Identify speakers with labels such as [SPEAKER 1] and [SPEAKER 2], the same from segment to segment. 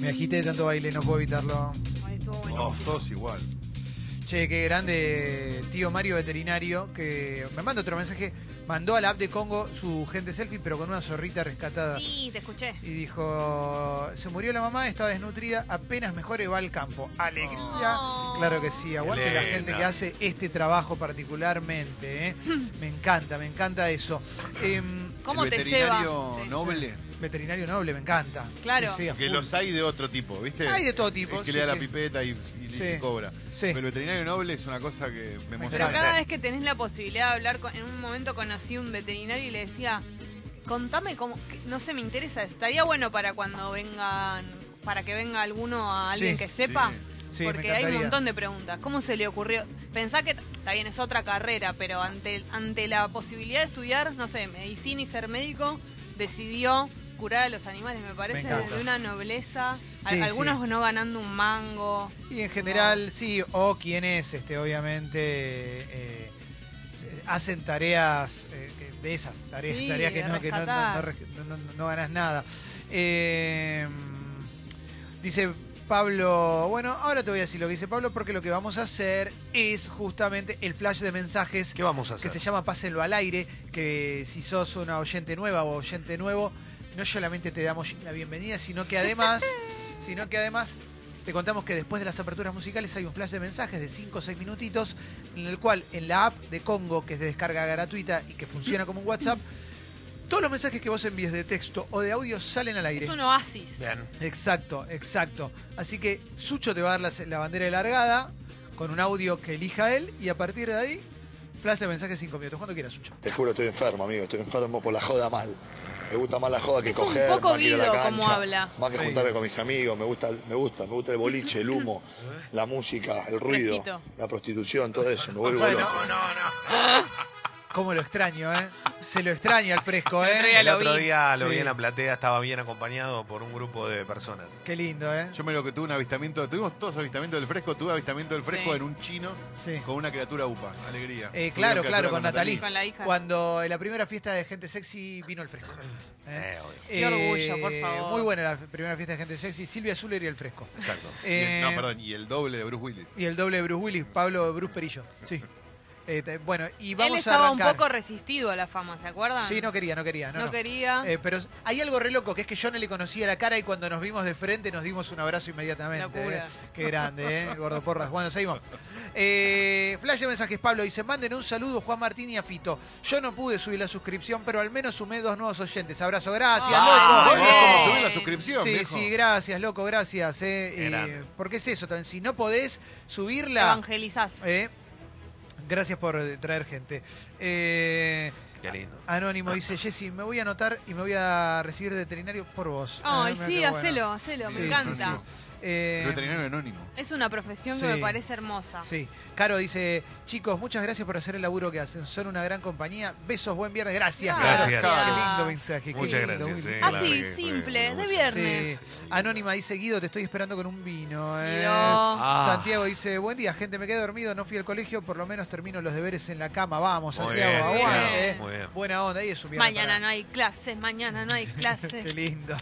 [SPEAKER 1] Me agité de tanto baile, no puedo evitarlo.
[SPEAKER 2] Ay, estuvo bueno.
[SPEAKER 3] No, sos igual.
[SPEAKER 1] Che, qué grande tío Mario veterinario que me manda otro mensaje. Mandó a la app de Congo su gente selfie, pero con una zorrita rescatada.
[SPEAKER 2] Sí, te escuché.
[SPEAKER 1] Y dijo, se murió la mamá, estaba desnutrida, apenas mejor y va al campo. Alegría.
[SPEAKER 2] Oh.
[SPEAKER 1] Claro que sí, aguante la
[SPEAKER 3] Elena.
[SPEAKER 1] gente que hace este trabajo particularmente. ¿eh? me encanta, me encanta eso. Em,
[SPEAKER 2] ¿Cómo
[SPEAKER 3] El
[SPEAKER 2] te ceba?
[SPEAKER 3] veterinario
[SPEAKER 2] Sí.
[SPEAKER 3] noble.
[SPEAKER 1] veterinario noble, me encanta.
[SPEAKER 2] Claro.
[SPEAKER 1] Sí, sí, a
[SPEAKER 3] Que
[SPEAKER 1] full.
[SPEAKER 3] los hay de otro tipo, ¿viste?
[SPEAKER 1] Hay de todo tipo,
[SPEAKER 3] El que
[SPEAKER 1] sí,
[SPEAKER 3] le da
[SPEAKER 1] sí.
[SPEAKER 3] la pipeta y, y le
[SPEAKER 1] Sí.
[SPEAKER 3] cobra.
[SPEAKER 1] Sí.
[SPEAKER 3] Pero el veterinario noble es una cosa que
[SPEAKER 2] Pero
[SPEAKER 3] me emociona.
[SPEAKER 1] Claro.
[SPEAKER 2] cada vez que tenés la posibilidad de hablar con, en un momento conocí un veterinario y le decía, contame cómo, que- no sé, me interesa, estaría bueno para cuando vengan, para que venga alguno a alguien
[SPEAKER 1] Sí,
[SPEAKER 2] que sepa.
[SPEAKER 1] Sí, me
[SPEAKER 2] Porque hay un
[SPEAKER 1] encantaría.
[SPEAKER 2] montón de preguntas. ¿Cómo se le ocurrió? Pensá que está bien, es otra carrera, pero ante, ante la posibilidad de estudiar, no sé, medicina y ser médico, decidió curar a los animales, me parece,
[SPEAKER 1] encanta.
[SPEAKER 2] de una nobleza. A-
[SPEAKER 1] Sí,
[SPEAKER 2] algunos
[SPEAKER 1] sí.
[SPEAKER 2] no ganando un mango.
[SPEAKER 1] Y en general, sí, o quienes, este, obviamente, eh, hacen tareas eh, que- de esas, tareas,
[SPEAKER 2] Sí,
[SPEAKER 1] tareas que,
[SPEAKER 2] de
[SPEAKER 1] no, que no, no- no,
[SPEAKER 2] rescatar.
[SPEAKER 1] res- no- no- no ganas nada. Eh, dice Pablo, bueno, ahora te voy a decir lo que dice Pablo, porque lo que vamos a hacer es justamente el flash de mensajes
[SPEAKER 4] ¿Qué vamos a
[SPEAKER 1] que
[SPEAKER 4] hacer?
[SPEAKER 1] se llama Pásenlo al aire, que si sos una oyente nueva o oyente nuevo, no solamente te damos la bienvenida, sino que además, sino que además te contamos que después de las aperturas musicales hay un flash de mensajes de 5 o 6 minutitos, en el cual en la app de Congo, que es de descarga gratuita y que funciona como un WhatsApp, todos los mensajes que vos envíes de texto o de audio salen al aire.
[SPEAKER 2] Es un oasis.
[SPEAKER 4] Bien.
[SPEAKER 1] Exacto, exacto. Así que Sucho te va a dar la, la bandera de largada con un audio que elija él y a partir de ahí, flash de mensaje 5 minutos, cuando quieras, Sucho.
[SPEAKER 5] Te juro, estoy enfermo, amigo. Estoy enfermo por la joda mal. Me gusta más la joda que
[SPEAKER 2] Es un
[SPEAKER 5] coger,
[SPEAKER 2] poco
[SPEAKER 5] más que ir a la
[SPEAKER 2] Guido
[SPEAKER 5] cancha,
[SPEAKER 2] como habla.
[SPEAKER 5] más que
[SPEAKER 1] Sí.
[SPEAKER 5] juntarme con mis amigos. Me gusta, me gusta, me gusta el boliche, el humo, la música, el ruido,
[SPEAKER 2] Fresquito.
[SPEAKER 5] la prostitución, todo eso. Me vuelvo
[SPEAKER 1] Bueno.
[SPEAKER 5] loco.
[SPEAKER 1] Cómo lo extraño, ¿eh? Se lo extraña al fresco,
[SPEAKER 2] El otro día
[SPEAKER 1] ¿eh?
[SPEAKER 4] El
[SPEAKER 2] lo
[SPEAKER 4] otro
[SPEAKER 2] vi.
[SPEAKER 4] día lo
[SPEAKER 1] Sí.
[SPEAKER 4] vi en la platea, estaba bien acompañado por un grupo de personas.
[SPEAKER 1] Qué lindo, ¿eh?
[SPEAKER 3] Yo me lo que tuve un avistamiento, tuvimos todos avistamientos del fresco, tuve avistamiento del fresco
[SPEAKER 2] Sí.
[SPEAKER 3] en un chino
[SPEAKER 1] Sí.
[SPEAKER 3] con una criatura upa, alegría.
[SPEAKER 1] Eh, claro,
[SPEAKER 3] Tuve una criatura
[SPEAKER 1] claro, con Natalí.
[SPEAKER 2] Con la hija.
[SPEAKER 1] Cuando en la primera fiesta de gente sexy vino el fresco. ¿eh?
[SPEAKER 4] Eh, obvio.
[SPEAKER 2] Qué orgullo, por favor.
[SPEAKER 1] Muy buena la primera fiesta de gente sexy. Silvia Zuller y el fresco.
[SPEAKER 4] Exacto.
[SPEAKER 3] Y el-
[SPEAKER 1] Eh,
[SPEAKER 3] no, perdón, y el doble de Bruce Willis.
[SPEAKER 1] Y el doble de Bruce Willis, Pablo Bruce Perillo. Sí. Eh, te- bueno, y vamos
[SPEAKER 2] Él
[SPEAKER 1] a
[SPEAKER 2] estaba un
[SPEAKER 1] arrancar.
[SPEAKER 2] poco resistido a la fama, ¿se acuerdan?
[SPEAKER 1] Sí, no quería, no quería. No,
[SPEAKER 2] No
[SPEAKER 1] no.
[SPEAKER 2] quería.
[SPEAKER 1] Eh, pero hay algo re loco, que es que yo no le conocía la cara y cuando nos vimos de frente nos dimos un abrazo inmediatamente.
[SPEAKER 2] Locura.
[SPEAKER 1] ¿eh? Qué grande, ¿eh? Gordo Porras. Bueno, seguimos. Eh, flash de mensajes, Pablo. Dice, manden un saludo Juan Martín y a Fito. Yo no pude subir la suscripción, pero al menos sumé dos nuevos oyentes. Abrazo, gracias,
[SPEAKER 2] Ah,
[SPEAKER 1] loco.
[SPEAKER 3] Bueno,
[SPEAKER 2] bien.
[SPEAKER 3] ¿cómo subió la suscripción,
[SPEAKER 1] Sí,
[SPEAKER 3] viejo?
[SPEAKER 1] sí, gracias, loco, gracias. ¿eh?
[SPEAKER 4] Qué
[SPEAKER 1] Eh,
[SPEAKER 4] grande.
[SPEAKER 1] porque es eso también. Si no podés subirla...
[SPEAKER 2] Evangelizás.
[SPEAKER 1] eh, gracias por eh, traer gente. Eh,
[SPEAKER 4] Qué lindo.
[SPEAKER 1] Anónimo dice, Jessy, me voy a anotar y me voy a recibir de veterinario por vos. Eh,
[SPEAKER 2] Ay,
[SPEAKER 1] mira
[SPEAKER 2] sí,
[SPEAKER 1] qué bueno.
[SPEAKER 2] hacelo, hacelo,
[SPEAKER 1] Sí,
[SPEAKER 2] me
[SPEAKER 1] sí,
[SPEAKER 2] encanta.
[SPEAKER 1] Eh,
[SPEAKER 3] El veterinario anónimo.
[SPEAKER 2] Es una profesión
[SPEAKER 1] Sí.
[SPEAKER 2] que me parece hermosa.
[SPEAKER 1] sí. Caro dice, chicos, muchas gracias por hacer el laburo que hacen. Son una gran compañía. Besos, buen viernes. Gracias.
[SPEAKER 4] Gracias.
[SPEAKER 1] Caro. Qué lindo mensaje. qué
[SPEAKER 4] Muchas
[SPEAKER 1] lindo,
[SPEAKER 4] gracias.
[SPEAKER 1] muy
[SPEAKER 4] eh,
[SPEAKER 1] lindo.
[SPEAKER 2] Así,
[SPEAKER 4] claro que-
[SPEAKER 2] Ah, simple, de
[SPEAKER 4] Sí.
[SPEAKER 2] viernes.
[SPEAKER 1] Sí. Anónima dice, Guido, te estoy esperando con un vino. eh".
[SPEAKER 2] Guido.
[SPEAKER 4] Ah.
[SPEAKER 1] Santiago dice, buen día, gente, me quedé dormido, no fui al colegio, por lo menos termino los deberes en la cama. Vamos,
[SPEAKER 4] Muy
[SPEAKER 1] Santiago,
[SPEAKER 4] bien,
[SPEAKER 2] Santiago,
[SPEAKER 1] aguante. eh.
[SPEAKER 4] muy bien.
[SPEAKER 1] Buena onda, ahí es un viernes
[SPEAKER 2] Mañana
[SPEAKER 1] para-
[SPEAKER 2] no hay clases, mañana no hay
[SPEAKER 1] Qué
[SPEAKER 2] clases.
[SPEAKER 1] lindo.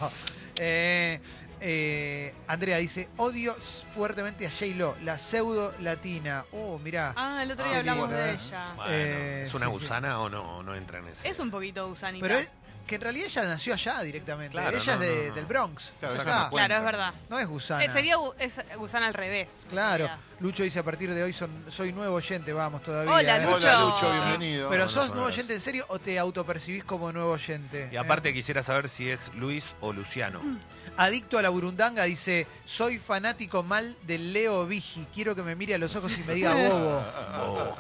[SPEAKER 1] Eh, eh, Andrea dice, odio fuertemente a J-Lo, la pseudo latina. Oh, mirá.
[SPEAKER 2] Ah, el otro
[SPEAKER 1] Ah,
[SPEAKER 2] día hablamos
[SPEAKER 1] bien,
[SPEAKER 2] de
[SPEAKER 1] eh.
[SPEAKER 2] ella.
[SPEAKER 4] Bueno,
[SPEAKER 1] Eh,
[SPEAKER 4] ¿Es una
[SPEAKER 1] sí, sí.
[SPEAKER 4] gusana o no, no entra en ese?
[SPEAKER 2] Es un poquito gusanita.
[SPEAKER 1] Pero es- que en realidad ella nació allá directamente.
[SPEAKER 4] Claro,
[SPEAKER 1] ella
[SPEAKER 4] no,
[SPEAKER 1] es de-
[SPEAKER 4] no, no.
[SPEAKER 1] del Bronx.
[SPEAKER 3] Claro,
[SPEAKER 1] Ya
[SPEAKER 3] ella
[SPEAKER 1] está.
[SPEAKER 3] no puede.
[SPEAKER 2] Claro,
[SPEAKER 3] cuenta.
[SPEAKER 2] es verdad.
[SPEAKER 1] No es gusana.
[SPEAKER 2] Eh, sería gu- es gusana al revés.
[SPEAKER 1] Claro.
[SPEAKER 2] Sería.
[SPEAKER 1] Lucho dice, a partir de hoy son, soy nuevo oyente, vamos todavía.
[SPEAKER 2] Hola,
[SPEAKER 1] ¿eh?
[SPEAKER 2] Lucho.
[SPEAKER 3] Hola, Lucho, bienvenido.
[SPEAKER 1] Pero
[SPEAKER 4] Bueno,
[SPEAKER 1] sos
[SPEAKER 4] no,
[SPEAKER 1] nuevo
[SPEAKER 4] no.
[SPEAKER 1] oyente en serio o te autopercibís como nuevo oyente.
[SPEAKER 4] Y
[SPEAKER 1] ¿Eh?
[SPEAKER 4] aparte quisiera saber si es Luis o Luciano.
[SPEAKER 2] Mm.
[SPEAKER 1] Adicto a la burundanga dice, soy fanático mal del Leo Vigi. Quiero que me mire a los ojos y me diga bobo.
[SPEAKER 4] Bobo.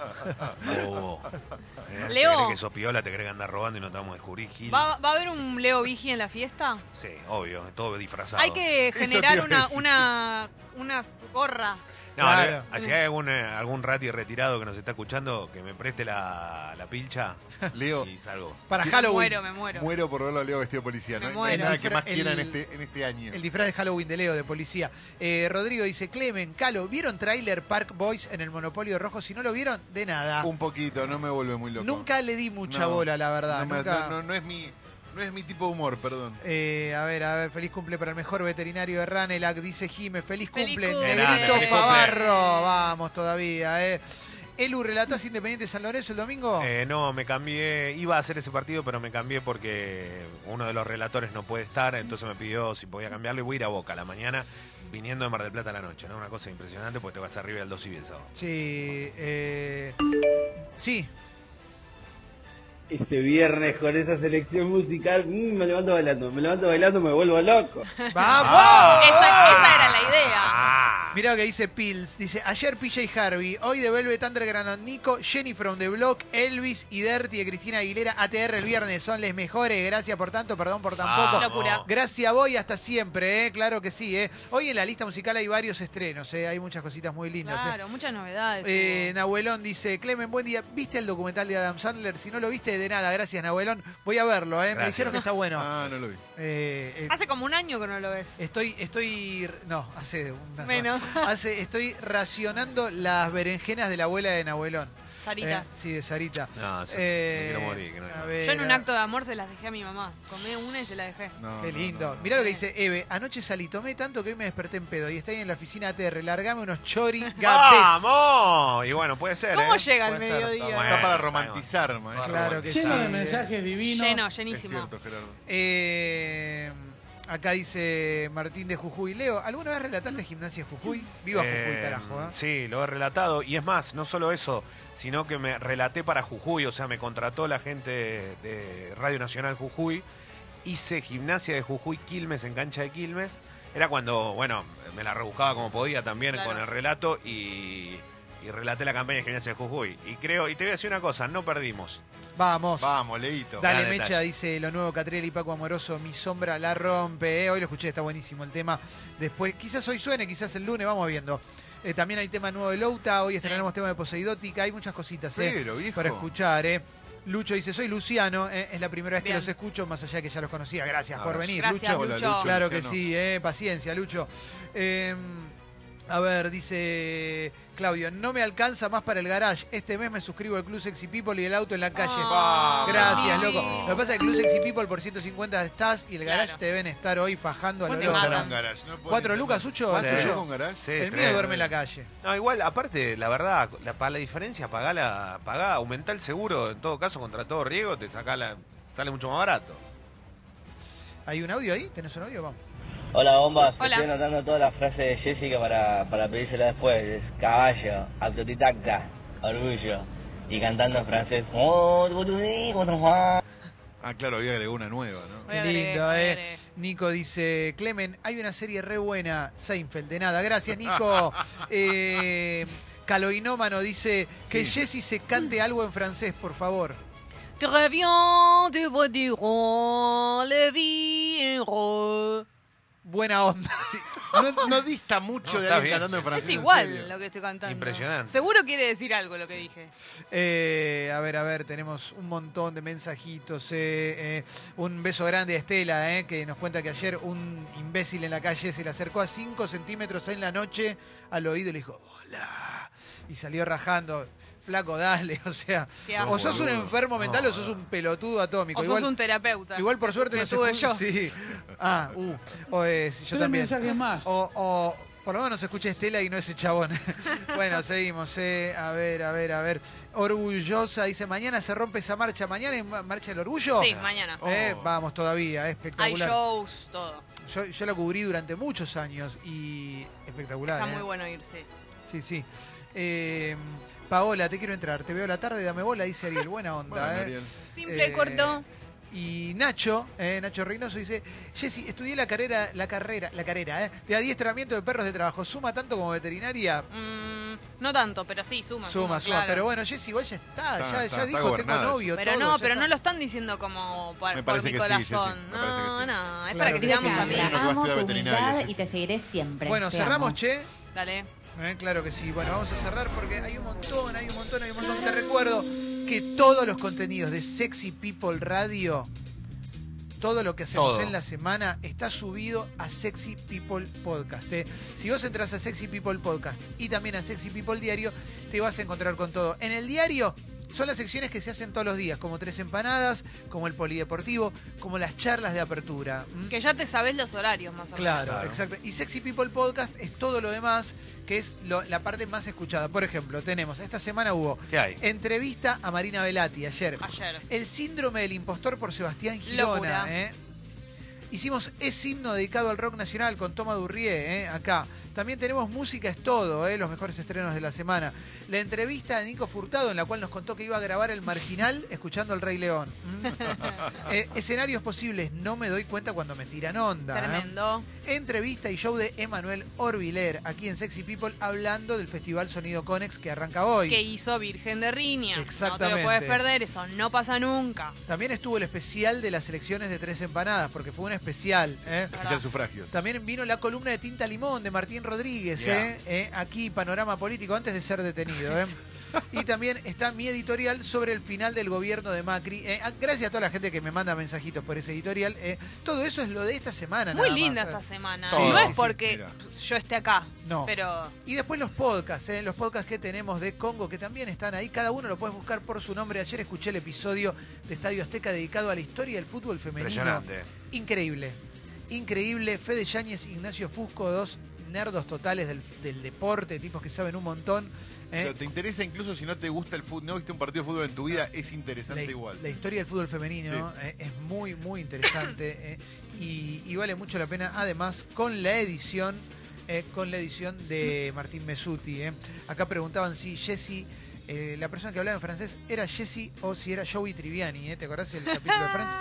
[SPEAKER 4] Bobo. Eh,
[SPEAKER 2] Leo.
[SPEAKER 4] ¿Te crees que sos piola, te crees que andás robando y no te vamos a descubrir, Gil?
[SPEAKER 2] ¿Va, va a haber un Leo Vigi en la fiesta?
[SPEAKER 4] Sí, obvio, todo disfrazado.
[SPEAKER 2] Hay que
[SPEAKER 3] Eso te
[SPEAKER 2] generar
[SPEAKER 3] iba a
[SPEAKER 2] una,
[SPEAKER 3] decir.
[SPEAKER 2] una, una gorra.
[SPEAKER 4] No,
[SPEAKER 1] Claro.
[SPEAKER 4] le- si hay algún, eh, algún rati retirado que nos está escuchando, que me preste la, la pilcha
[SPEAKER 3] Leo,
[SPEAKER 4] y salgo.
[SPEAKER 1] Para
[SPEAKER 3] Sí,
[SPEAKER 1] Halloween.
[SPEAKER 2] Me muero, me muero.
[SPEAKER 3] muero por verlo a Leo vestido de policía.
[SPEAKER 2] Me
[SPEAKER 3] No, hay
[SPEAKER 2] muero.
[SPEAKER 3] nada que más
[SPEAKER 1] El-
[SPEAKER 3] quiera en este, en este año.
[SPEAKER 1] El disfraz de Halloween de Leo, de policía. Eh, Rodrigo dice, Clemen, Calo, ¿vieron Trailer Park Boys en el Monopolio Rojo? Si no lo vieron, de nada.
[SPEAKER 3] Un poquito, no me vuelve muy loco.
[SPEAKER 1] Ah. Nunca le di mucha
[SPEAKER 3] No,
[SPEAKER 1] bola, la verdad.
[SPEAKER 3] No, me-
[SPEAKER 1] nunca-
[SPEAKER 3] no- no- no es mi, No es mi tipo de humor, perdón.
[SPEAKER 1] Eh, a ver, a ver, feliz cumple para el mejor veterinario de Ranelac, dice Jime, feliz
[SPEAKER 2] Feliz
[SPEAKER 1] cumple,
[SPEAKER 2] cumple.
[SPEAKER 1] Negrito
[SPEAKER 4] Grande, feliz
[SPEAKER 1] Favarro, vamos todavía, eh. Elu, ¿relatás Independiente San Lorenzo el domingo?
[SPEAKER 4] Eh, no, me cambié, iba a hacer ese partido, pero me cambié porque uno de los relatores no puede estar, entonces me pidió si podía cambiarlo y voy a ir a Boca a la mañana, viniendo de Mar del Plata a la noche, ¿no? Una cosa impresionante porque te vas arriba al 2 y bien sábado.
[SPEAKER 1] Sí, eh, sí,
[SPEAKER 6] Este viernes con esa selección musical, mm, me levanto bailando, me levanto bailando, me vuelvo loco.
[SPEAKER 3] Ah.
[SPEAKER 1] vamos.
[SPEAKER 2] Esa, esa era la idea.
[SPEAKER 4] Ah,
[SPEAKER 1] Mirá lo que dice Pils. Dice, ayer PJ Harvey, hoy de Velvet Underground on Nico, Jenny from the Block, Elvis y Dirty de Cristina Aguilera, ATR el viernes, son les mejores, gracias por tanto, perdón por tan poco.
[SPEAKER 4] vamos.
[SPEAKER 2] Locura.
[SPEAKER 1] Gracias a Boy hasta siempre, ¿eh? claro que sí. ¿eh? Hoy en la lista musical hay varios estrenos, ¿eh? hay muchas cositas muy lindas. ¿eh?
[SPEAKER 2] Claro, muchas novedades.
[SPEAKER 1] Eh, Nahuelón dice, Clemen, buen día. ¿Viste el documental de Adam Sandler? Si no lo viste, de nada, gracias Nahuelón. Voy a verlo, ¿eh? me
[SPEAKER 4] Gracias.
[SPEAKER 1] dijeron que está bueno.
[SPEAKER 3] Ah, no lo vi.
[SPEAKER 1] Eh, eh,
[SPEAKER 2] Hace como un año que no lo ves.
[SPEAKER 1] estoy, estoy, no, hace una semana.
[SPEAKER 2] Menos.
[SPEAKER 1] Hace, estoy racionando las berenjenas de la abuela de Nahuelón.
[SPEAKER 2] Sarita.
[SPEAKER 1] ¿eh? Sí, de Sarita.
[SPEAKER 4] No, sí,
[SPEAKER 1] Eh,
[SPEAKER 4] me quiero morir. que no-
[SPEAKER 1] a ver,
[SPEAKER 2] Yo en un
[SPEAKER 1] a-
[SPEAKER 2] acto de amor se las dejé a mi mamá. Comí una y se la dejé.
[SPEAKER 3] No,
[SPEAKER 1] Qué
[SPEAKER 3] no,
[SPEAKER 1] lindo.
[SPEAKER 3] no, no.
[SPEAKER 1] Mirá lo que dice Eve. Anoche salí, tomé tanto que hoy me desperté en pedo y estoy en la oficina ATR. Largame unos chori gapes.
[SPEAKER 4] ¡Vamos! Y bueno, puede ser.
[SPEAKER 2] ¿Cómo
[SPEAKER 4] ¿eh?
[SPEAKER 2] llega el
[SPEAKER 4] Puede ser.
[SPEAKER 2] mediodía?
[SPEAKER 4] Bueno,
[SPEAKER 3] Está para
[SPEAKER 4] sabemos.
[SPEAKER 3] romantizar, maestro.
[SPEAKER 1] Claro que sí.
[SPEAKER 7] Lleno de
[SPEAKER 1] eh.
[SPEAKER 7] mensajes divinos.
[SPEAKER 2] Lleno,
[SPEAKER 3] Es
[SPEAKER 2] llenísimo.
[SPEAKER 3] cierto, Gerardo.
[SPEAKER 1] Eh, acá dice Martín de Jujuy. Leo, ¿alguna vez relataste gimnasia de Jujuy? Viva Jujuy,
[SPEAKER 4] Eh,
[SPEAKER 1] carajo. ¿eh?
[SPEAKER 4] Sí, lo he relatado. Y es más, no solo eso, sino que me relaté para Jujuy, o sea, me contrató la gente de Radio Nacional Jujuy. Hice gimnasia de Jujuy Quilmes en cancha de Quilmes. Era cuando, bueno, me la rebuscaba como podía también
[SPEAKER 2] Claro.
[SPEAKER 4] con el relato y, y relaté la campaña de gimnasia de Jujuy. Y creo, y te voy a decir una cosa, no perdimos.
[SPEAKER 1] Vamos.
[SPEAKER 3] Vamos, Leito.
[SPEAKER 1] Dale
[SPEAKER 4] Gran
[SPEAKER 1] Mecha,
[SPEAKER 4] detalle.
[SPEAKER 1] dice lo nuevo Catriel y Paco Amoroso, mi sombra la rompe. eh. Hoy lo escuché, está buenísimo el tema. Después, quizás hoy suene, quizás el lunes, vamos viendo. Eh, también hay tema nuevo de Louta, hoy estrenamos tema de Poseidótica, hay muchas cositas eh,
[SPEAKER 3] Pero, viejo.
[SPEAKER 1] para escuchar. eh. Lucho dice, soy Luciano, eh, es la primera vez
[SPEAKER 2] Bien.
[SPEAKER 1] que los escucho, más allá que ya los conocía. Gracias por
[SPEAKER 4] Abrazo.
[SPEAKER 1] venir,
[SPEAKER 2] Gracias,
[SPEAKER 1] Lucho.
[SPEAKER 3] Hola,
[SPEAKER 2] Lucho.
[SPEAKER 3] Lucho.
[SPEAKER 1] Claro que
[SPEAKER 3] Luciano.
[SPEAKER 1] sí, eh, paciencia, Lucho. Eh, a ver, dice Claudio, no me alcanza más para el garage. Este mes me suscribo al Club Sexy People y el auto en la calle.
[SPEAKER 2] Ah,
[SPEAKER 1] Gracias,
[SPEAKER 2] sí.
[SPEAKER 1] loco. Lo que pasa es que Club Sexy People por 150 estás y el
[SPEAKER 2] Claro.
[SPEAKER 1] garage te deben estar hoy fajando a lo
[SPEAKER 3] ¿Cuánto
[SPEAKER 1] loco.
[SPEAKER 2] matan?
[SPEAKER 3] costará un garage? No puedo
[SPEAKER 1] ¿Cuatro
[SPEAKER 3] ni
[SPEAKER 1] lucas,
[SPEAKER 3] entender.
[SPEAKER 1] Sucho?
[SPEAKER 3] ¿Cuánto
[SPEAKER 1] ¿El
[SPEAKER 4] Sí.
[SPEAKER 3] lucas
[SPEAKER 1] tuyo?
[SPEAKER 3] un garage?
[SPEAKER 4] Sí,
[SPEAKER 1] El mío
[SPEAKER 4] tremendo.
[SPEAKER 1] duerme en la calle.
[SPEAKER 4] No, igual, aparte, la verdad, la, para la diferencia, pagala, pagá, aumentá el seguro, en todo caso, contra todo riesgo, te saca la, sale mucho más barato.
[SPEAKER 1] ¿Hay un audio ahí? ¿Tenés un audio? Vamos.
[SPEAKER 8] Hola, bombas.
[SPEAKER 2] Hola.
[SPEAKER 8] Estoy anotando todas las frases de Jessica para, para pedírsela después. Es caballo, autodidacta, orgullo. Y cantando en francés. Oh, tu, tu, tu, tu, tu, tu.
[SPEAKER 3] Ah, claro, había agregado una nueva, ¿no?
[SPEAKER 2] Voy
[SPEAKER 1] Qué
[SPEAKER 2] a agregar,
[SPEAKER 1] lindo,
[SPEAKER 2] voy a
[SPEAKER 1] eh.
[SPEAKER 2] agregar.
[SPEAKER 1] Nico dice, Clemen, hay una serie re buena, Seinfeld, de nada. Gracias, Nico. Eh, Caloinómano dice, que
[SPEAKER 3] Sí.
[SPEAKER 1] Jessy se cante algo en francés, por favor.
[SPEAKER 2] Très bien, te vous dirons les vignerons.
[SPEAKER 1] Buena onda.
[SPEAKER 3] No, no dista mucho
[SPEAKER 4] No,
[SPEAKER 3] de
[SPEAKER 4] está
[SPEAKER 3] alguien
[SPEAKER 4] bien.
[SPEAKER 3] cantando en francés.
[SPEAKER 2] Es
[SPEAKER 3] en
[SPEAKER 2] igual
[SPEAKER 3] serio.
[SPEAKER 2] lo que estoy cantando.
[SPEAKER 4] Impresionante.
[SPEAKER 2] Seguro quiere decir algo lo que dije.
[SPEAKER 1] Eh, a ver, a ver, tenemos un montón de mensajitos. eh, eh. Un beso grande a Estela, eh, que nos cuenta que ayer un imbécil en la calle se le acercó a 5 centímetros en la noche al oído y le dijo, hola. Y salió rajando. Flaco, dale, o sea,
[SPEAKER 2] Qué
[SPEAKER 1] o
[SPEAKER 2] asco.
[SPEAKER 1] sos un
[SPEAKER 4] boludo.
[SPEAKER 1] enfermo mental
[SPEAKER 4] No,
[SPEAKER 1] o sos
[SPEAKER 4] no.
[SPEAKER 1] un pelotudo atómico.
[SPEAKER 2] O sos
[SPEAKER 1] igual,
[SPEAKER 2] un terapeuta.
[SPEAKER 1] igual por suerte
[SPEAKER 2] que
[SPEAKER 1] no se
[SPEAKER 2] tuve
[SPEAKER 1] escucha-
[SPEAKER 2] yo.
[SPEAKER 1] Sí. Ah, uh, o, eh, si yo
[SPEAKER 7] Tres
[SPEAKER 1] también.
[SPEAKER 7] mensajes más.
[SPEAKER 1] O, o por lo menos escuché Estela y no ese chabón. bueno, seguimos, eh. A ver, a ver, a ver. Orgullosa dice, mañana se rompe esa marcha. ¿Mañana es ma- marcha del orgullo?
[SPEAKER 2] Sí, mañana.
[SPEAKER 1] Eh,
[SPEAKER 3] Oh.
[SPEAKER 1] Vamos todavía, eh,
[SPEAKER 2] Hay
[SPEAKER 1] espectacular.
[SPEAKER 2] shows, todo.
[SPEAKER 1] Yo, yo la cubrí durante muchos años y espectacular.
[SPEAKER 2] Está
[SPEAKER 1] eh.
[SPEAKER 2] muy bueno irse.
[SPEAKER 1] Sí, sí. Eh, Paola, te quiero entrar. Te veo a la tarde, dame bola, dice Ariel. Buena onda,
[SPEAKER 3] Bueno,
[SPEAKER 1] eh.
[SPEAKER 3] Ariel.
[SPEAKER 2] Simple,
[SPEAKER 1] Eh,
[SPEAKER 2] corto.
[SPEAKER 1] Y Nacho, eh, Nacho Reynoso dice, Jessy, estudié la carrera, la carrera, la carrera, eh, de adiestramiento de perros de trabajo. ¿Suma tanto como veterinaria?
[SPEAKER 2] Mm, no tanto, pero sí, suma.
[SPEAKER 1] Suma, suma.
[SPEAKER 2] claro.
[SPEAKER 1] Pero bueno, Jessy, igual ya está,
[SPEAKER 3] Está,
[SPEAKER 1] ya,
[SPEAKER 3] está,
[SPEAKER 1] ya
[SPEAKER 3] está
[SPEAKER 1] dijo, tengo
[SPEAKER 3] gobernada.
[SPEAKER 1] novio,
[SPEAKER 2] Pero
[SPEAKER 1] todo,
[SPEAKER 2] no,
[SPEAKER 1] ya
[SPEAKER 2] pero
[SPEAKER 1] está.
[SPEAKER 2] no lo están diciendo como por,
[SPEAKER 3] Me
[SPEAKER 2] por
[SPEAKER 3] parece
[SPEAKER 2] mi
[SPEAKER 3] que sí,
[SPEAKER 2] corazón.
[SPEAKER 3] sí, sí, me parece
[SPEAKER 2] No,
[SPEAKER 3] que
[SPEAKER 2] no, es
[SPEAKER 3] sí.
[SPEAKER 1] Claro
[SPEAKER 2] para
[SPEAKER 1] que
[SPEAKER 2] que
[SPEAKER 1] sí.
[SPEAKER 2] seamos
[SPEAKER 1] Claro,
[SPEAKER 2] amigos.
[SPEAKER 3] vas a
[SPEAKER 9] Amo
[SPEAKER 3] estudiar
[SPEAKER 9] tu
[SPEAKER 3] veterinaria,
[SPEAKER 9] humildad
[SPEAKER 3] sí, sí.
[SPEAKER 9] y te seguiré siempre.
[SPEAKER 1] Bueno,
[SPEAKER 9] Te
[SPEAKER 1] cerramos,
[SPEAKER 9] amo.
[SPEAKER 1] che.
[SPEAKER 2] Dale.
[SPEAKER 1] Eh, claro que sí. Bueno, vamos a cerrar porque hay un montón, hay un montón, hay un montón. Te recuerdo que todos los contenidos de Sexy People Radio, todo lo que hacemos
[SPEAKER 4] Todo.
[SPEAKER 1] en la semana, está subido a Sexy People Podcast. eh. Si vos entras a Sexy People Podcast y también a Sexy People Diario, te vas a encontrar con todo. En el diario Son las secciones que se hacen todos los días, como tres empanadas, como el polideportivo, como las charlas de apertura. ¿m?
[SPEAKER 2] Que ya te sabes los horarios más o menos.
[SPEAKER 1] Claro,
[SPEAKER 4] Claro.
[SPEAKER 1] exacto. Y Sexy People Podcast es todo lo demás, que es lo- la parte más escuchada. Por ejemplo, tenemos, esta semana hubo
[SPEAKER 4] ¿Qué hay?
[SPEAKER 1] entrevista a Marina Velati ayer.
[SPEAKER 2] Ayer.
[SPEAKER 1] El síndrome del impostor por Sebastián Girona.
[SPEAKER 2] Locura.
[SPEAKER 1] ¿eh? Hicimos ese himno dedicado al rock nacional con Toma Durrié, ¿eh? acá. También tenemos Música es todo, ¿eh? los mejores estrenos de la semana. La entrevista a Nico Furtado, en la cual nos contó que iba a grabar El Marginal escuchando al Rey León. Mm. Eh, escenarios posibles, no me doy cuenta cuando me tiran onda. ¿eh?
[SPEAKER 2] Tremendo.
[SPEAKER 1] Entrevista y show de Emanuel Orbiler, aquí en Sexy People, hablando del Festival Sonido Conex que arranca hoy.
[SPEAKER 2] Que hizo Virgen de Riña. No te
[SPEAKER 1] Exactamente.
[SPEAKER 2] lo puedes perder, eso no pasa nunca.
[SPEAKER 1] También estuvo el especial de las elecciones de tres empanadas, porque fue un especial. ¿eh?
[SPEAKER 3] Especial sufragios.
[SPEAKER 1] También vino la columna de Tinta Limón de Martín Rodríguez,
[SPEAKER 4] Yeah.
[SPEAKER 1] ¿eh? ¿Eh? aquí Panorama Político, antes de ser detenido. ¿eh? Y también está mi editorial sobre el final del gobierno de Macri. ¿eh? Ah, Gracias a toda la gente que me manda mensajitos por ese editorial. ¿eh? Todo eso es lo de esta semana.
[SPEAKER 2] Muy
[SPEAKER 1] nada más,
[SPEAKER 2] linda
[SPEAKER 1] ¿eh?
[SPEAKER 2] esta semana.
[SPEAKER 3] Sí,
[SPEAKER 2] no
[SPEAKER 3] sí,
[SPEAKER 2] es
[SPEAKER 3] sí,
[SPEAKER 2] porque
[SPEAKER 3] mira.
[SPEAKER 2] yo esté acá.
[SPEAKER 1] No.
[SPEAKER 2] Pero
[SPEAKER 1] Y después los podcasts, ¿eh? los podcasts que tenemos de Congo, que también están ahí, cada uno lo puedes buscar por su nombre. Ayer escuché el episodio de Estadio Azteca dedicado a la historia del fútbol femenino.
[SPEAKER 4] Impresionante.
[SPEAKER 1] Increíble, increíble. Fede Yáñez, Ignacio Fusco, dos nerdos totales del, del deporte, tipos que saben un montón. ¿eh?
[SPEAKER 3] Pero te interesa incluso si no te gusta el fútbol, no viste un partido de fútbol en tu vida, es
[SPEAKER 1] la,
[SPEAKER 3] interesante igual.
[SPEAKER 1] la historia del fútbol femenino eh, es muy, muy interesante eh, y, y vale mucho la pena. Además, con la edición, eh, con la edición de Martín Mesuti. eh. Acá preguntaban si Jesse, eh, la persona que hablaba en francés, era Jesse o si era Joey Triviani. eh. ¿Te acordás del capítulo de Friends?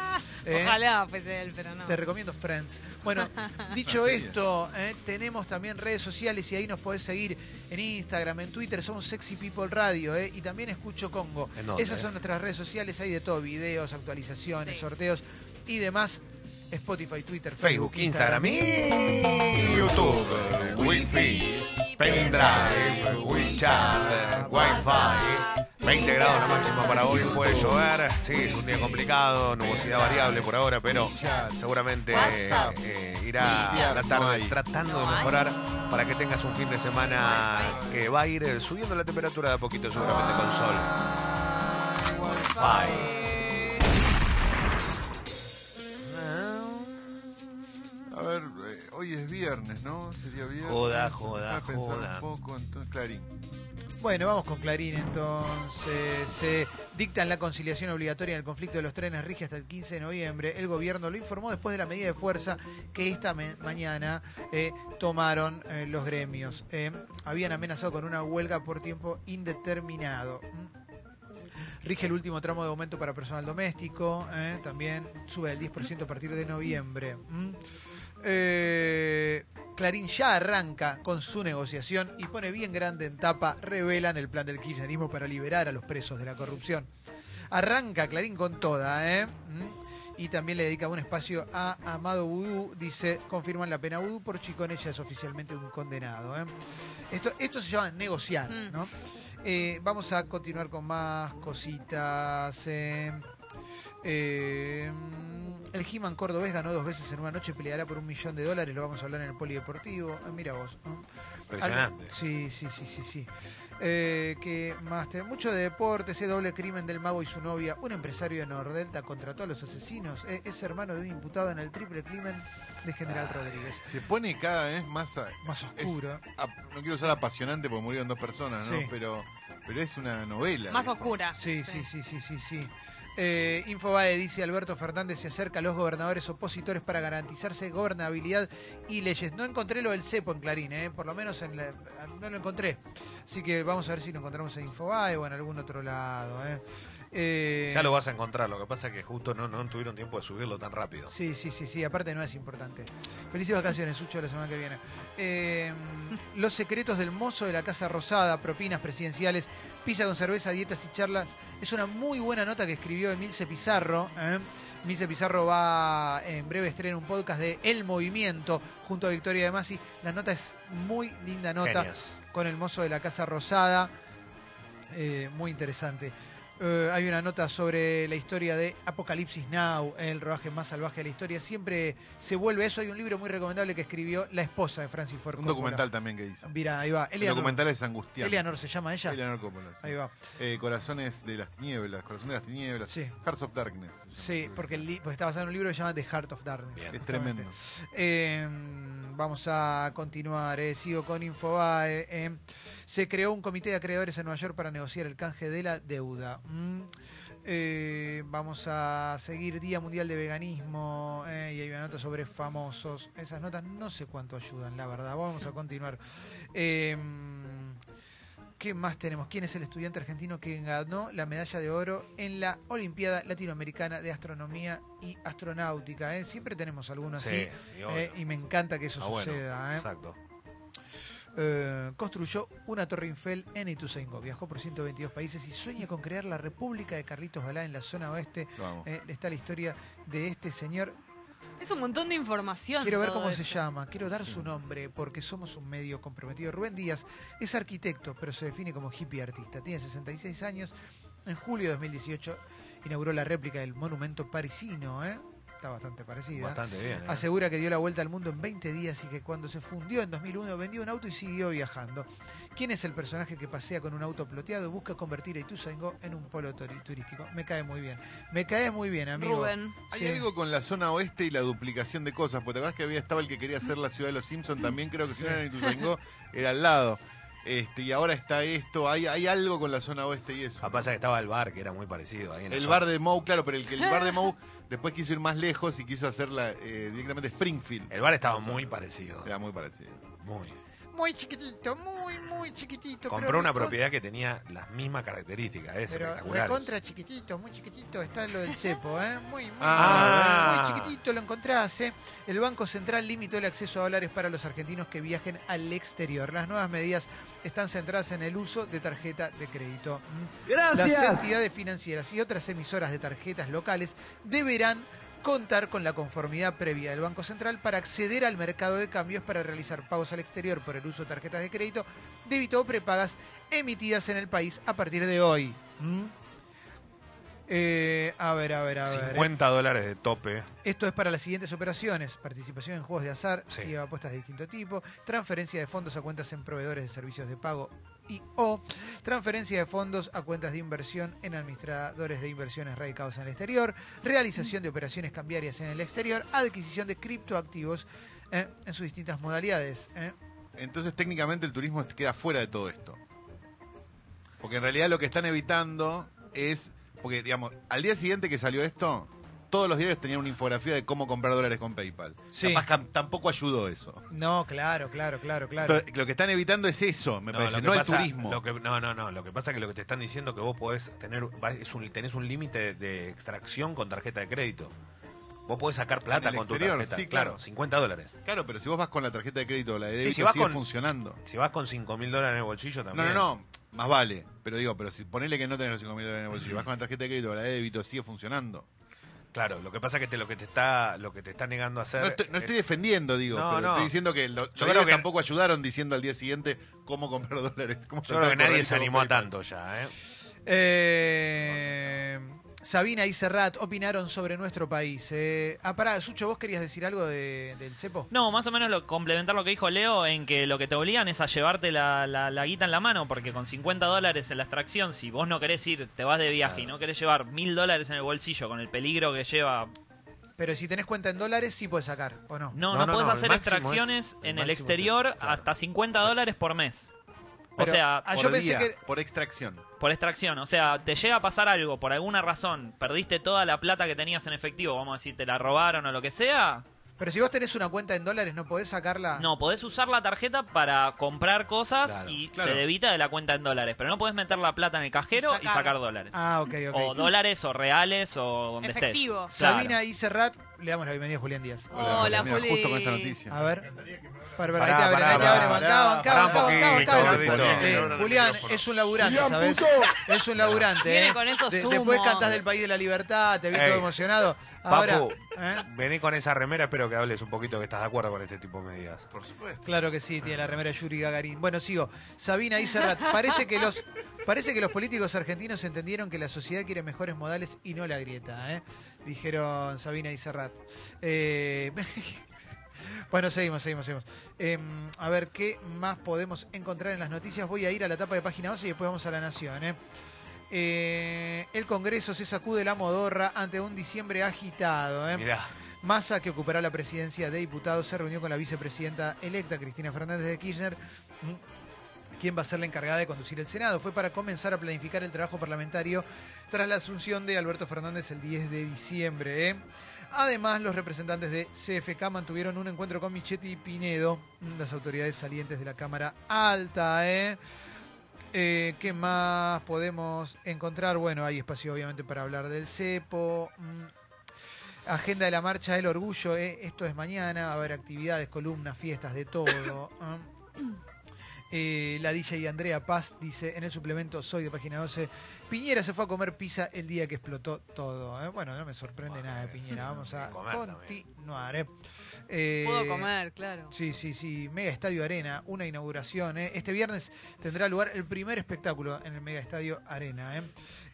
[SPEAKER 1] Eh,
[SPEAKER 2] ojalá fuese él, pero no.
[SPEAKER 1] Te recomiendo Friends. Bueno, dicho
[SPEAKER 3] Una serie.
[SPEAKER 1] esto, eh, tenemos también redes sociales y ahí nos podés seguir en Instagram, en Twitter, somos Sexy People Radio eh, y también escucho Congo.
[SPEAKER 4] ¿En dónde,
[SPEAKER 1] Esas
[SPEAKER 4] eh?
[SPEAKER 1] son nuestras redes sociales, hay de todo, videos, actualizaciones,
[SPEAKER 2] Sí.
[SPEAKER 1] sorteos y demás. Spotify, Twitter,
[SPEAKER 4] Facebook, Instagram y YouTube, Wi-Fi, Pendrive, WeChat, Wi-Fi. 20 grados la máxima para hoy, puede llover. Sí, es un día complicado, nubosidad variable por ahora, pero seguramente eh, eh, irá la tarde tratando de mejorar para que tengas un fin de semana que va a ir eh, subiendo la temperatura de a poquito, seguramente con sol.
[SPEAKER 3] A ver, eh, hoy es viernes, ¿no? Sería viernes.
[SPEAKER 4] Joda, joda,
[SPEAKER 3] Dejá pensar
[SPEAKER 4] joda.
[SPEAKER 3] un poco, entonces, Clarín.
[SPEAKER 1] Bueno, vamos con Clarín entonces. Se dictan la conciliación obligatoria en el conflicto de los trenes rige hasta el 15 de noviembre. El gobierno lo informó después de la medida de fuerza que esta me- mañana eh, tomaron eh, los gremios. Eh, habían amenazado con una huelga por tiempo indeterminado. Mm. Rige el último tramo de aumento para personal doméstico. eh, También sube el 10% a partir de noviembre. Mm. Eh, Clarín ya arranca con su negociación y pone bien grande en tapa, revelan el plan del kirchnerismo para liberar a los presos de la corrupción. Arranca Clarín con toda, ¿eh? Mm. Y también le dedica un espacio a Amado Vudú. Dice, confirman la pena Vudú por Chiconella es oficialmente un condenado. ¿eh? Esto, esto se llama negociar,
[SPEAKER 2] Mm.
[SPEAKER 1] ¿no? Eh, vamos a continuar con más cositas. eh. Eh, el He-Man cordobés ganó dos veces en una noche y peleará por un millón de dólares. Lo vamos a hablar en el polideportivo. Ah, mira vos. ¿no?
[SPEAKER 4] Impresionante.
[SPEAKER 1] Algo- Sí, sí, sí, sí, sí. Eh, que más te- mucho de deporte, ese doble crimen del mago y su novia, un empresario de Nordelta contrató a los asesinos, eh, es hermano de un imputado en el triple crimen de General Rodríguez.
[SPEAKER 3] Se pone cada vez más, a-
[SPEAKER 1] Más oscuro.
[SPEAKER 3] a- no quiero usar apasionante porque murieron dos personas, ¿no?
[SPEAKER 1] Sí.
[SPEAKER 3] Pero, pero es una novela.
[SPEAKER 2] Más
[SPEAKER 3] viejo.
[SPEAKER 2] oscura.
[SPEAKER 1] Sí, sí, sí, sí, sí, sí. Eh, Infobae dice Alberto Fernández se acerca a los gobernadores opositores para garantizarse gobernabilidad y leyes. No encontré lo del cepo en Clarín, eh, por lo menos en la- no lo encontré. Así que vamos a ver si lo encontramos en Infobae o en algún otro lado. eh. Eh,
[SPEAKER 4] Ya lo vas a encontrar, lo que pasa es que justo no, no tuvieron tiempo de subirlo tan rápido.
[SPEAKER 1] Sí, sí, sí, sí, aparte no es importante. Felices vacaciones, Sucho, la semana que viene. Eh, los secretos del mozo de la Casa Rosada, propinas presidenciales, pizza con cerveza, dietas y charlas. Es una muy buena nota que escribió Emilce Pizarro. ¿eh? Emilce Pizarro va en breve estreno un podcast de El Movimiento junto a Victoria de Masi. La nota es muy linda nota
[SPEAKER 4] Genias.
[SPEAKER 1] con el mozo de la Casa Rosada. Eh, muy interesante. Eh, hay una nota sobre la historia de Apocalipsis Now, el rodaje más salvaje de la historia. Siempre se vuelve eso. Hay un libro muy recomendable que escribió la esposa de Francis Ford
[SPEAKER 3] Un
[SPEAKER 1] Coppola.
[SPEAKER 3] documental también que hizo.
[SPEAKER 1] Mira, ahí va.
[SPEAKER 3] El
[SPEAKER 1] Eleanor.
[SPEAKER 3] documental es angustiante.
[SPEAKER 1] Eleanor se llama ella.
[SPEAKER 3] Eleanor Coppola. sí.
[SPEAKER 1] Ahí va.
[SPEAKER 3] Eh, Corazones de las Tinieblas, Corazón de las Tinieblas,
[SPEAKER 1] Sí.
[SPEAKER 3] Hearts of Darkness. se llama.
[SPEAKER 1] Sí, porque, el li- porque está basado en un libro que se llama The Heart of Darkness.
[SPEAKER 4] Bien.
[SPEAKER 3] es
[SPEAKER 1] justamente.
[SPEAKER 3] tremendo.
[SPEAKER 1] Eh, vamos a continuar. eh, Sigo con Infobae. eh. Se creó un comité de acreedores en Nueva York para negociar el canje de la deuda. Mm. Eh, vamos a seguir Día Mundial de Veganismo eh, y hay una nota sobre famosos. Esas notas no sé cuánto ayudan, la verdad. Vamos a continuar. Eh, ¿Qué más tenemos? ¿Quién es el estudiante argentino que ganó la medalla de oro en la Olimpiada Latinoamericana de Astronomía y Astronáutica? eh? Siempre tenemos alguno así.
[SPEAKER 4] Sí, y obvio.
[SPEAKER 1] Eh, y me encanta que eso
[SPEAKER 4] Ah, bueno,
[SPEAKER 1] suceda. ¿eh?
[SPEAKER 4] Exacto.
[SPEAKER 1] Eh, construyó una torre Eiffel en Ituzaingó. Viajó por 122 países y sueña con crear la República de Carlitos Balá en la zona oeste.
[SPEAKER 4] Oh.
[SPEAKER 3] Vamos.
[SPEAKER 1] Eh, está la historia de este señor.
[SPEAKER 2] Es un montón de información.
[SPEAKER 1] Quiero ver
[SPEAKER 2] Ah, todo
[SPEAKER 1] cómo se
[SPEAKER 2] eso.
[SPEAKER 1] llama, quiero dar su nombre, porque somos un medio comprometido. Rubén Díaz es arquitecto, pero se define como hippie artista. Tiene 66 años. En julio de 2018 inauguró la réplica del monumento parisino. ¿eh? Está bastante parecida.
[SPEAKER 4] Bastante bien. ¿eh?
[SPEAKER 1] Asegura que dio la vuelta al mundo en 20 días y que cuando se fundió en 2001 vendió un auto y siguió viajando. ¿Quién es el personaje que pasea con un auto ploteado y busca convertir a Ituzaingó en un polo tori- turístico? Me cae muy bien. Me cae muy bien, amigo.
[SPEAKER 2] Rubén.
[SPEAKER 3] Hay
[SPEAKER 1] Sí.
[SPEAKER 3] algo con la zona oeste y la duplicación de cosas, porque te acuerdas que había estaba el que quería hacer la ciudad de los Simpsons también, creo que si
[SPEAKER 1] Sí.
[SPEAKER 3] no era en Ituzaingó, era al lado. Este, y ahora está esto, hay, hay algo con la zona oeste y eso.
[SPEAKER 4] Ah, pasa que estaba el bar, que era muy parecido. Ahí en la
[SPEAKER 3] El
[SPEAKER 4] zona.
[SPEAKER 3] bar de Moe, claro, pero el, que- el bar de Moe después quiso ir más lejos y quiso hacerla eh, directamente Springfield.
[SPEAKER 4] El bar estaba muy parecido.
[SPEAKER 3] Era muy parecido.
[SPEAKER 4] Muy.
[SPEAKER 1] Muy chiquitito, muy, muy chiquitito.
[SPEAKER 4] Compró
[SPEAKER 1] pero
[SPEAKER 4] una
[SPEAKER 1] recon-
[SPEAKER 4] propiedad que tenía las mismas características. Es
[SPEAKER 1] Pero
[SPEAKER 4] espectacular.
[SPEAKER 1] recontra chiquitito, muy chiquitito está lo del cepo, ¿eh? Muy, muy,
[SPEAKER 4] Ah.
[SPEAKER 1] muy chiquitito lo encontrás, ¿eh? El Banco Central limitó el acceso a dólares para los argentinos que viajen al exterior. Las nuevas medidas están centradas en el uso de tarjeta de crédito. Mm. Las entidades financieras y otras emisoras de tarjetas locales deberán contar con la conformidad previa del Banco Central para acceder al mercado de cambios para realizar pagos al exterior por el uso de tarjetas de crédito, débito o prepagas emitidas en el país a partir de hoy. ¿Mm? Eh, a ver, a ver, a ver.
[SPEAKER 4] 50 dólares de tope.
[SPEAKER 1] Esto es para las siguientes operaciones: participación en juegos de azar
[SPEAKER 4] Sí.
[SPEAKER 1] y apuestas de distinto tipo, transferencia de fondos a cuentas en proveedores de servicios de pago y o transferencia de fondos a cuentas de inversión en administradores de inversiones radicados en el exterior, realización de operaciones cambiarias en el exterior, adquisición de criptoactivos eh, en sus distintas modalidades. eh.
[SPEAKER 3] Entonces técnicamente el turismo queda fuera de todo esto. Porque en realidad lo que están evitando es, porque digamos, al día siguiente que salió esto, todos los diarios tenían una infografía de cómo comprar dólares con PayPal.
[SPEAKER 1] Sí.
[SPEAKER 3] Capaz cam- tampoco ayudó eso.
[SPEAKER 1] No, claro, claro, claro, claro.
[SPEAKER 3] Entonces, lo que están evitando es eso, me parece, no el turismo.
[SPEAKER 4] lo que- no, no, no. Lo que pasa es que lo que te están diciendo que vos podés tener, va- es un, tenés un límite de, de extracción con tarjeta de crédito. Vos podés sacar plata
[SPEAKER 3] el
[SPEAKER 4] con tu
[SPEAKER 3] exterior,
[SPEAKER 4] tarjeta.
[SPEAKER 3] sí,
[SPEAKER 4] claro.
[SPEAKER 3] claro.
[SPEAKER 4] 50 dólares.
[SPEAKER 3] Claro, pero si vos vas con la tarjeta de crédito o la de débito,
[SPEAKER 4] si vas
[SPEAKER 3] sigue
[SPEAKER 4] con-
[SPEAKER 3] funcionando.
[SPEAKER 4] Si vas con 5 mil dólares en el bolsillo
[SPEAKER 3] No,
[SPEAKER 4] también.
[SPEAKER 3] no, no, más vale. Pero digo, pero si ponele que no tenés los 5 mil dólares en el bolsillo, vas con la tarjeta de crédito o la de débito, sigue funcionando.
[SPEAKER 4] Claro, lo que pasa es que te, lo que te está, lo que te está negando a hacer.
[SPEAKER 3] No estoy, no
[SPEAKER 4] es-
[SPEAKER 3] estoy defendiendo, digo,
[SPEAKER 4] No,
[SPEAKER 3] pero
[SPEAKER 4] no.
[SPEAKER 3] estoy diciendo que lo- los
[SPEAKER 4] creo
[SPEAKER 3] diarios
[SPEAKER 4] que-
[SPEAKER 3] tampoco ayudaron diciendo al día siguiente cómo comprar dólares. cómo
[SPEAKER 4] yo creo que
[SPEAKER 3] comprar
[SPEAKER 4] nadie
[SPEAKER 3] dólares
[SPEAKER 4] se
[SPEAKER 3] con
[SPEAKER 4] animó a
[SPEAKER 3] PayPal.
[SPEAKER 4] tanto ya, ¿eh?
[SPEAKER 1] Eh, Sabina y Serrat opinaron sobre nuestro país. eh. Ah, pará, Sucho, ¿vos querías decir algo de- del cepo?
[SPEAKER 7] No, más o menos lo, complementar lo que dijo Leo en que lo que te obligan es a llevarte la, la- la guita en la mano, porque con 50 dólares en la extracción, si vos no querés ir, te vas de viaje y no querés llevar mil dólares en el bolsillo con el peligro que lleva.
[SPEAKER 1] Pero si tenés cuenta en dólares, sí puedes sacar, ¿o no?
[SPEAKER 7] No,
[SPEAKER 4] No,
[SPEAKER 7] no,
[SPEAKER 4] no,
[SPEAKER 7] podés
[SPEAKER 4] no, el
[SPEAKER 7] hacer
[SPEAKER 4] máximo
[SPEAKER 7] extracciones
[SPEAKER 4] es- el
[SPEAKER 7] en
[SPEAKER 4] máximo
[SPEAKER 7] el
[SPEAKER 4] es-
[SPEAKER 7] exterior
[SPEAKER 4] claro.
[SPEAKER 7] hasta 50 dólares por mes.
[SPEAKER 1] Pero-
[SPEAKER 7] o sea,
[SPEAKER 1] Ah,
[SPEAKER 3] Por
[SPEAKER 1] yo pensé
[SPEAKER 3] día,
[SPEAKER 1] que-
[SPEAKER 3] por extracción.
[SPEAKER 7] por extracción. O sea, te llega a pasar algo, por alguna razón, perdiste toda la plata que tenías en efectivo, vamos a decir, te la robaron o lo que sea,
[SPEAKER 1] Pero si vos tenés una cuenta en dólares, ¿no podés sacarla?
[SPEAKER 7] No, podés usar la tarjeta para comprar cosas
[SPEAKER 4] Claro,
[SPEAKER 7] y
[SPEAKER 3] claro.
[SPEAKER 7] se debita de la cuenta en dólares, pero no podés meter la plata en el cajero
[SPEAKER 2] Y
[SPEAKER 7] y
[SPEAKER 2] sacar.
[SPEAKER 7] sacar, dólares.
[SPEAKER 1] Ah, ok, ok.
[SPEAKER 7] O dólares o reales o donde estés.
[SPEAKER 2] Efectivo.
[SPEAKER 7] Claro.
[SPEAKER 1] Sabina y Serrat, le damos la bienvenida a Julián Díaz.
[SPEAKER 2] Hola,
[SPEAKER 3] mira,
[SPEAKER 2] Juli.
[SPEAKER 3] Justo con esta noticia.
[SPEAKER 1] A ver. Pará, pará,
[SPEAKER 4] Pará,
[SPEAKER 1] ahí te abren,
[SPEAKER 4] pará,
[SPEAKER 1] ahí te abren,
[SPEAKER 4] pará.
[SPEAKER 1] bancá, bancá,
[SPEAKER 4] Pará un
[SPEAKER 1] bancá, bancá,
[SPEAKER 4] poquito,
[SPEAKER 1] bancá.
[SPEAKER 4] gordito.
[SPEAKER 1] Eh,
[SPEAKER 3] No, no, no,
[SPEAKER 1] Julián,
[SPEAKER 3] micrófono.
[SPEAKER 1] es un laburante,
[SPEAKER 5] Julián,
[SPEAKER 1] ¿sabes?
[SPEAKER 5] puto.
[SPEAKER 1] Es un laburante,
[SPEAKER 2] Viene
[SPEAKER 1] ¿eh?
[SPEAKER 2] con esos
[SPEAKER 1] De-
[SPEAKER 2] zumos.
[SPEAKER 1] después cantás del País de la Libertad, te vi todo
[SPEAKER 4] Ey.
[SPEAKER 1] emocionado.
[SPEAKER 4] Papu.
[SPEAKER 1] Ahora, ¿eh?
[SPEAKER 4] Vení con esa remera, espero que hables un poquito que estás de acuerdo con este tipo de medidas.
[SPEAKER 3] Por supuesto.
[SPEAKER 1] Claro que sí, tiene la remera de Yuri Gagarin. Bueno, sigo. Sabina Iserrat. Parece que los parece que los políticos argentinos entendieron que la sociedad quiere mejores modales y no la grieta, ¿eh? Dijeron Sabina Iserrat. Eh, bueno, seguimos, seguimos, seguimos. Eh, a ver qué más podemos encontrar en las noticias. Voy a ir a la tapa de página 11 y después vamos a la Nación, ¿eh? Eh, el Congreso se sacude la modorra ante un diciembre agitado. ¿eh?
[SPEAKER 4] Mirá,
[SPEAKER 1] Massa, que ocupará la presidencia de diputados, se reunió con la vicepresidenta electa, Cristina Fernández de Kirchner, mm, quien va a ser la encargada de conducir el Senado. Fue para comenzar a planificar el trabajo parlamentario tras la asunción de Alberto Fernández el 10 de diciembre. ¿eh? Además, los representantes de CFK mantuvieron un encuentro con Michetti y Pinedo, mm, las autoridades salientes de la Cámara Alta. ¿eh? Eh, ¿Qué más podemos encontrar? Bueno, hay espacio obviamente para hablar del cepo. mm, Agenda de la marcha del orgullo, eh, esto es mañana, va a haber actividades, columnas, fiestas, de todo. ¿ah? Eh, la DJ Andrea Paz dice en el suplemento Soy de página 12, Piñera se fue a comer pizza el día que explotó todo. ¿eh? Bueno, no me sorprende
[SPEAKER 4] Bueno,
[SPEAKER 1] nada de
[SPEAKER 4] bien.
[SPEAKER 1] Piñera, vamos a
[SPEAKER 4] Comer también.
[SPEAKER 1] continuar. ¿eh? Eh,
[SPEAKER 2] Puedo comer, claro.
[SPEAKER 1] Sí, sí, sí. Mega Estadio Arena, una inauguración. ¿eh? Este viernes tendrá lugar el primer espectáculo en el Mega Estadio Arena. ¿eh?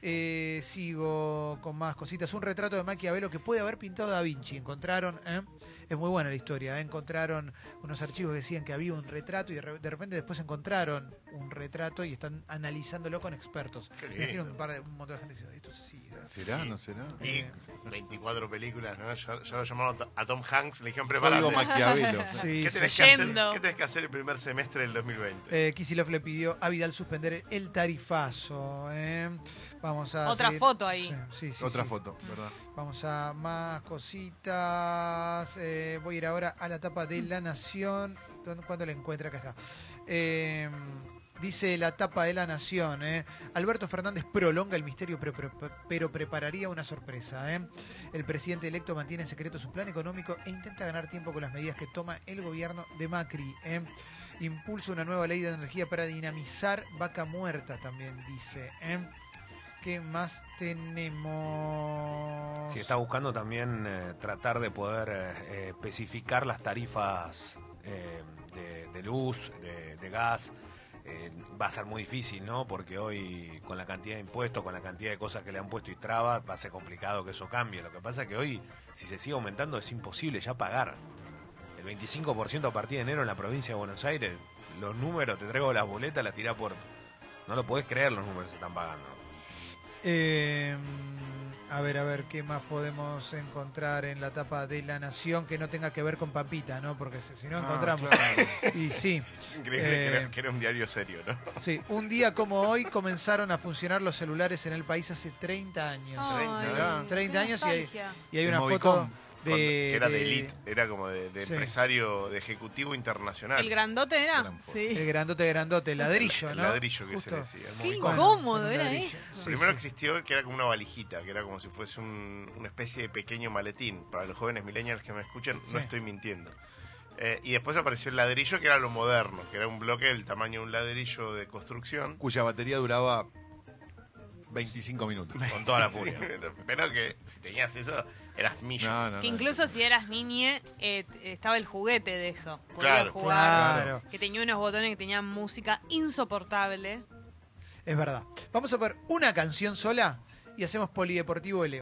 [SPEAKER 1] Eh, sigo con más cositas. Un retrato de Maquiavelo que puede haber pintado Da Vinci. Encontraron, ¿eh? es muy buena la historia. ¿eh? Encontraron unos archivos que decían que había un retrato y de re- de repente después encontraron un retrato y están analizándolo con expertos.
[SPEAKER 3] Qué
[SPEAKER 1] Me
[SPEAKER 3] lindo.
[SPEAKER 1] imagino que un, par de- un montón de gente diciendo, esto es así. ¿eh?
[SPEAKER 3] ¿Será? ¿No será?
[SPEAKER 9] Y 24 películas, ¿no? Ya, ya lo llamaron a Tom Hanks, le dijeron
[SPEAKER 3] Código
[SPEAKER 9] prepárate.
[SPEAKER 3] Maquiavelo.
[SPEAKER 1] Sí,
[SPEAKER 9] ¿Qué
[SPEAKER 1] sí,
[SPEAKER 9] tenés,
[SPEAKER 1] sí.
[SPEAKER 9] que hacer,
[SPEAKER 2] Yendo.
[SPEAKER 9] ¿Qué tenés que hacer el primer semestre del 2020?
[SPEAKER 1] Eh, Kicillof le pidió a Vidal suspender el tarifazo. ¿eh? Vamos a
[SPEAKER 2] Otra
[SPEAKER 1] seguir-
[SPEAKER 2] foto ahí.
[SPEAKER 1] Sí, sí, sí,
[SPEAKER 3] Otra
[SPEAKER 1] sí.
[SPEAKER 3] foto, ¿verdad?
[SPEAKER 1] Vamos a más cositas. Eh, voy a ir ahora a la tapa de La Nación. ¿Dónde- ¿Cuándo la encuentra? Acá está. Eh, dice la tapa de La Nación. eh. Alberto Fernández prolonga el misterio, pero, pero- pero prepararía una sorpresa. eh. El presidente electo mantiene en secreto su plan económico e intenta ganar tiempo con las medidas que toma el gobierno de Macri. eh. Impulsa una nueva ley de energía para dinamizar vaca muerta, también dice. eh. ¿Qué más tenemos?
[SPEAKER 4] si está buscando también eh, tratar de poder eh, eh, especificar las tarifas eh, de, de luz, de, de gas. Eh, va a ser muy difícil, ¿no? Porque hoy, con la cantidad de impuestos, con la cantidad de cosas que le han puesto y trabas, va a ser complicado que eso cambie. Lo que pasa es que hoy, si se sigue aumentando, es imposible ya pagar. El 25% a partir de enero en la provincia de Buenos Aires, los números, te traigo las boletas, las tirás por... No lo podés creer los números que se están pagando.
[SPEAKER 1] Eh, a ver, a ver, ¿qué más podemos encontrar en la tapa de La Nación que no tenga que ver con Pampita, ¿no? Porque si si no
[SPEAKER 3] Ah,
[SPEAKER 1] encontramos.
[SPEAKER 3] claro.
[SPEAKER 1] Y sí,
[SPEAKER 9] Es increíble que,
[SPEAKER 1] Eh.
[SPEAKER 9] era, que era un diario serio, ¿no?
[SPEAKER 1] sí. Un día como hoy comenzaron a funcionar los celulares en el país hace 30 años.
[SPEAKER 2] Ay,
[SPEAKER 3] 30,
[SPEAKER 2] qué
[SPEAKER 1] 30 años y hay-
[SPEAKER 2] nostalgia.
[SPEAKER 1] Y hay
[SPEAKER 3] El
[SPEAKER 1] una foto
[SPEAKER 3] Movicom,
[SPEAKER 1] de.
[SPEAKER 9] Cuando- que era de
[SPEAKER 1] de-
[SPEAKER 9] elite, era como de, de
[SPEAKER 1] Sí.
[SPEAKER 9] empresario, de ejecutivo internacional.
[SPEAKER 2] ¿El grandote era?
[SPEAKER 3] Gran foto.
[SPEAKER 1] El
[SPEAKER 2] Sí.
[SPEAKER 1] grandote, grandote, el ladrillo,
[SPEAKER 9] El
[SPEAKER 1] ¿no?
[SPEAKER 9] ladrillo que
[SPEAKER 1] Justo.
[SPEAKER 9] se decía. el
[SPEAKER 2] Qué
[SPEAKER 9] movicom.
[SPEAKER 1] Eh, Bueno,
[SPEAKER 2] incómodo
[SPEAKER 1] un
[SPEAKER 2] era
[SPEAKER 1] ladrillo.
[SPEAKER 2] eso.
[SPEAKER 1] Sí, sí.
[SPEAKER 9] Primero existió que era como una valijita, que era como si fuese un- una especie de pequeño maletín. Para los jóvenes millennials que me escuchan,
[SPEAKER 1] Sí.
[SPEAKER 9] no estoy mintiendo. Eh, y después apareció el ladrillo, que era lo moderno, que era un bloque del tamaño de un ladrillo de construcción.
[SPEAKER 3] Cuya batería duraba 25 minutos.
[SPEAKER 4] Con toda la furia.
[SPEAKER 9] Pero que si tenías eso, eras millo.
[SPEAKER 3] No, no, no.
[SPEAKER 2] Que incluso si eras niñe, eh, t- estaba el juguete de eso. Podías
[SPEAKER 9] Claro.
[SPEAKER 2] jugar.
[SPEAKER 1] Claro.
[SPEAKER 2] Que tenía unos botones que tenían música insoportable.
[SPEAKER 1] Es verdad. Vamos a ver una canción sola y hacemos polideportivo L.